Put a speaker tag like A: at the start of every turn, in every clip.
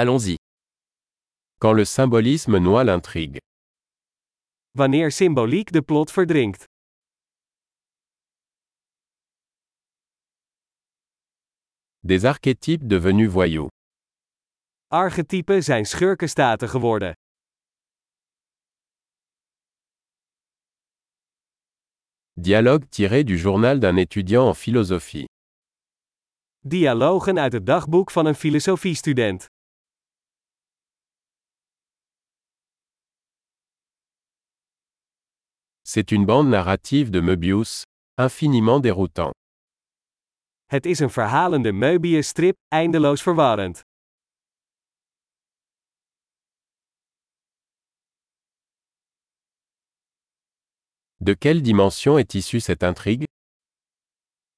A: Allons-y. Quand le symbolisme noie l'intrigue.
B: Wanneer symboliek de plot verdrinkt.
A: Des archétypes devenus voyous.
B: Archetypen zijn schurkenstaten geworden.
A: Dialogue tiré du journal d'un étudiant en philosophie.
B: Dialogen uit het dagboek van een filosofiestudent.
A: C'est une bande narrative de Möbius, infiniment déroutant.
B: Het is een verhalende Möbius-strip, eindeloos verwarrend.
A: De quelle dimension est issue cette intrigue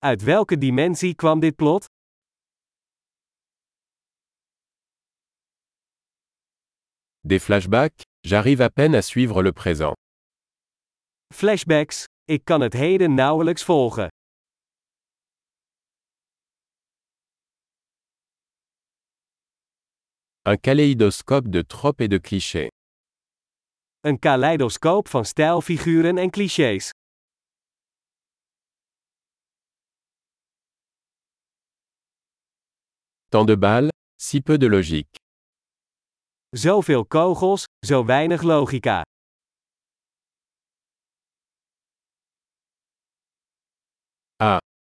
B: Uit welke dimensie kwam dit plot?
A: Des flashbacks J'arrive à peine à suivre le présent.
B: Flashbacks. Ik kan het heden nauwelijks volgen.
A: Un kaléidoscope de tropes et de clichés.
B: Een kaleidoscoop van stijlfiguren en clichés.
A: Tant de balles, si peu de logique.
B: Zoveel kogels, zo weinig logica.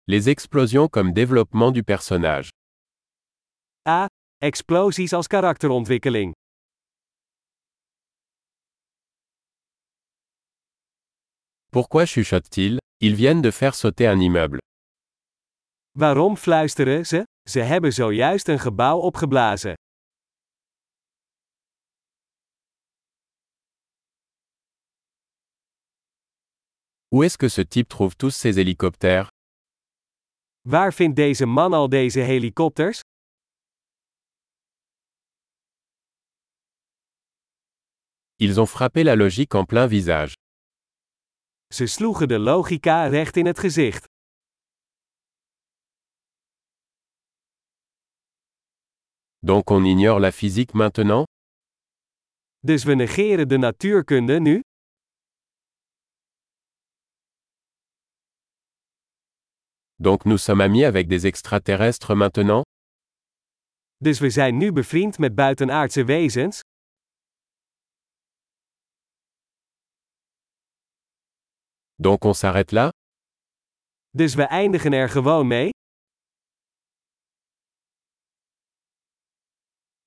A: Les explosions comme développement du personnage.
B: Explosies als karakterontwikkeling.
A: Pourquoi chuchote-t-il Ils viennent de faire sauter un immeuble.
B: Waarom fluisteren ze? Ze hebben zojuist een gebouw opgeblazen.
A: Où est-ce que ce type trouve tous ces hélicoptères
B: Waar vindt deze man al deze helikopters?
A: Ils ont frappé la logique en plein visage.
B: Ze sloegen de logica recht in het gezicht.
A: Donc on ignore la physique maintenant
B: Dus we negeren de natuurkunde nu?
A: Donc nous sommes amis avec des extraterrestres maintenant
B: Dus we zijn nu bevriend met buitenaardse wezens?
A: Donc on s'arrête là
B: Dus we eindigen er gewoon mee?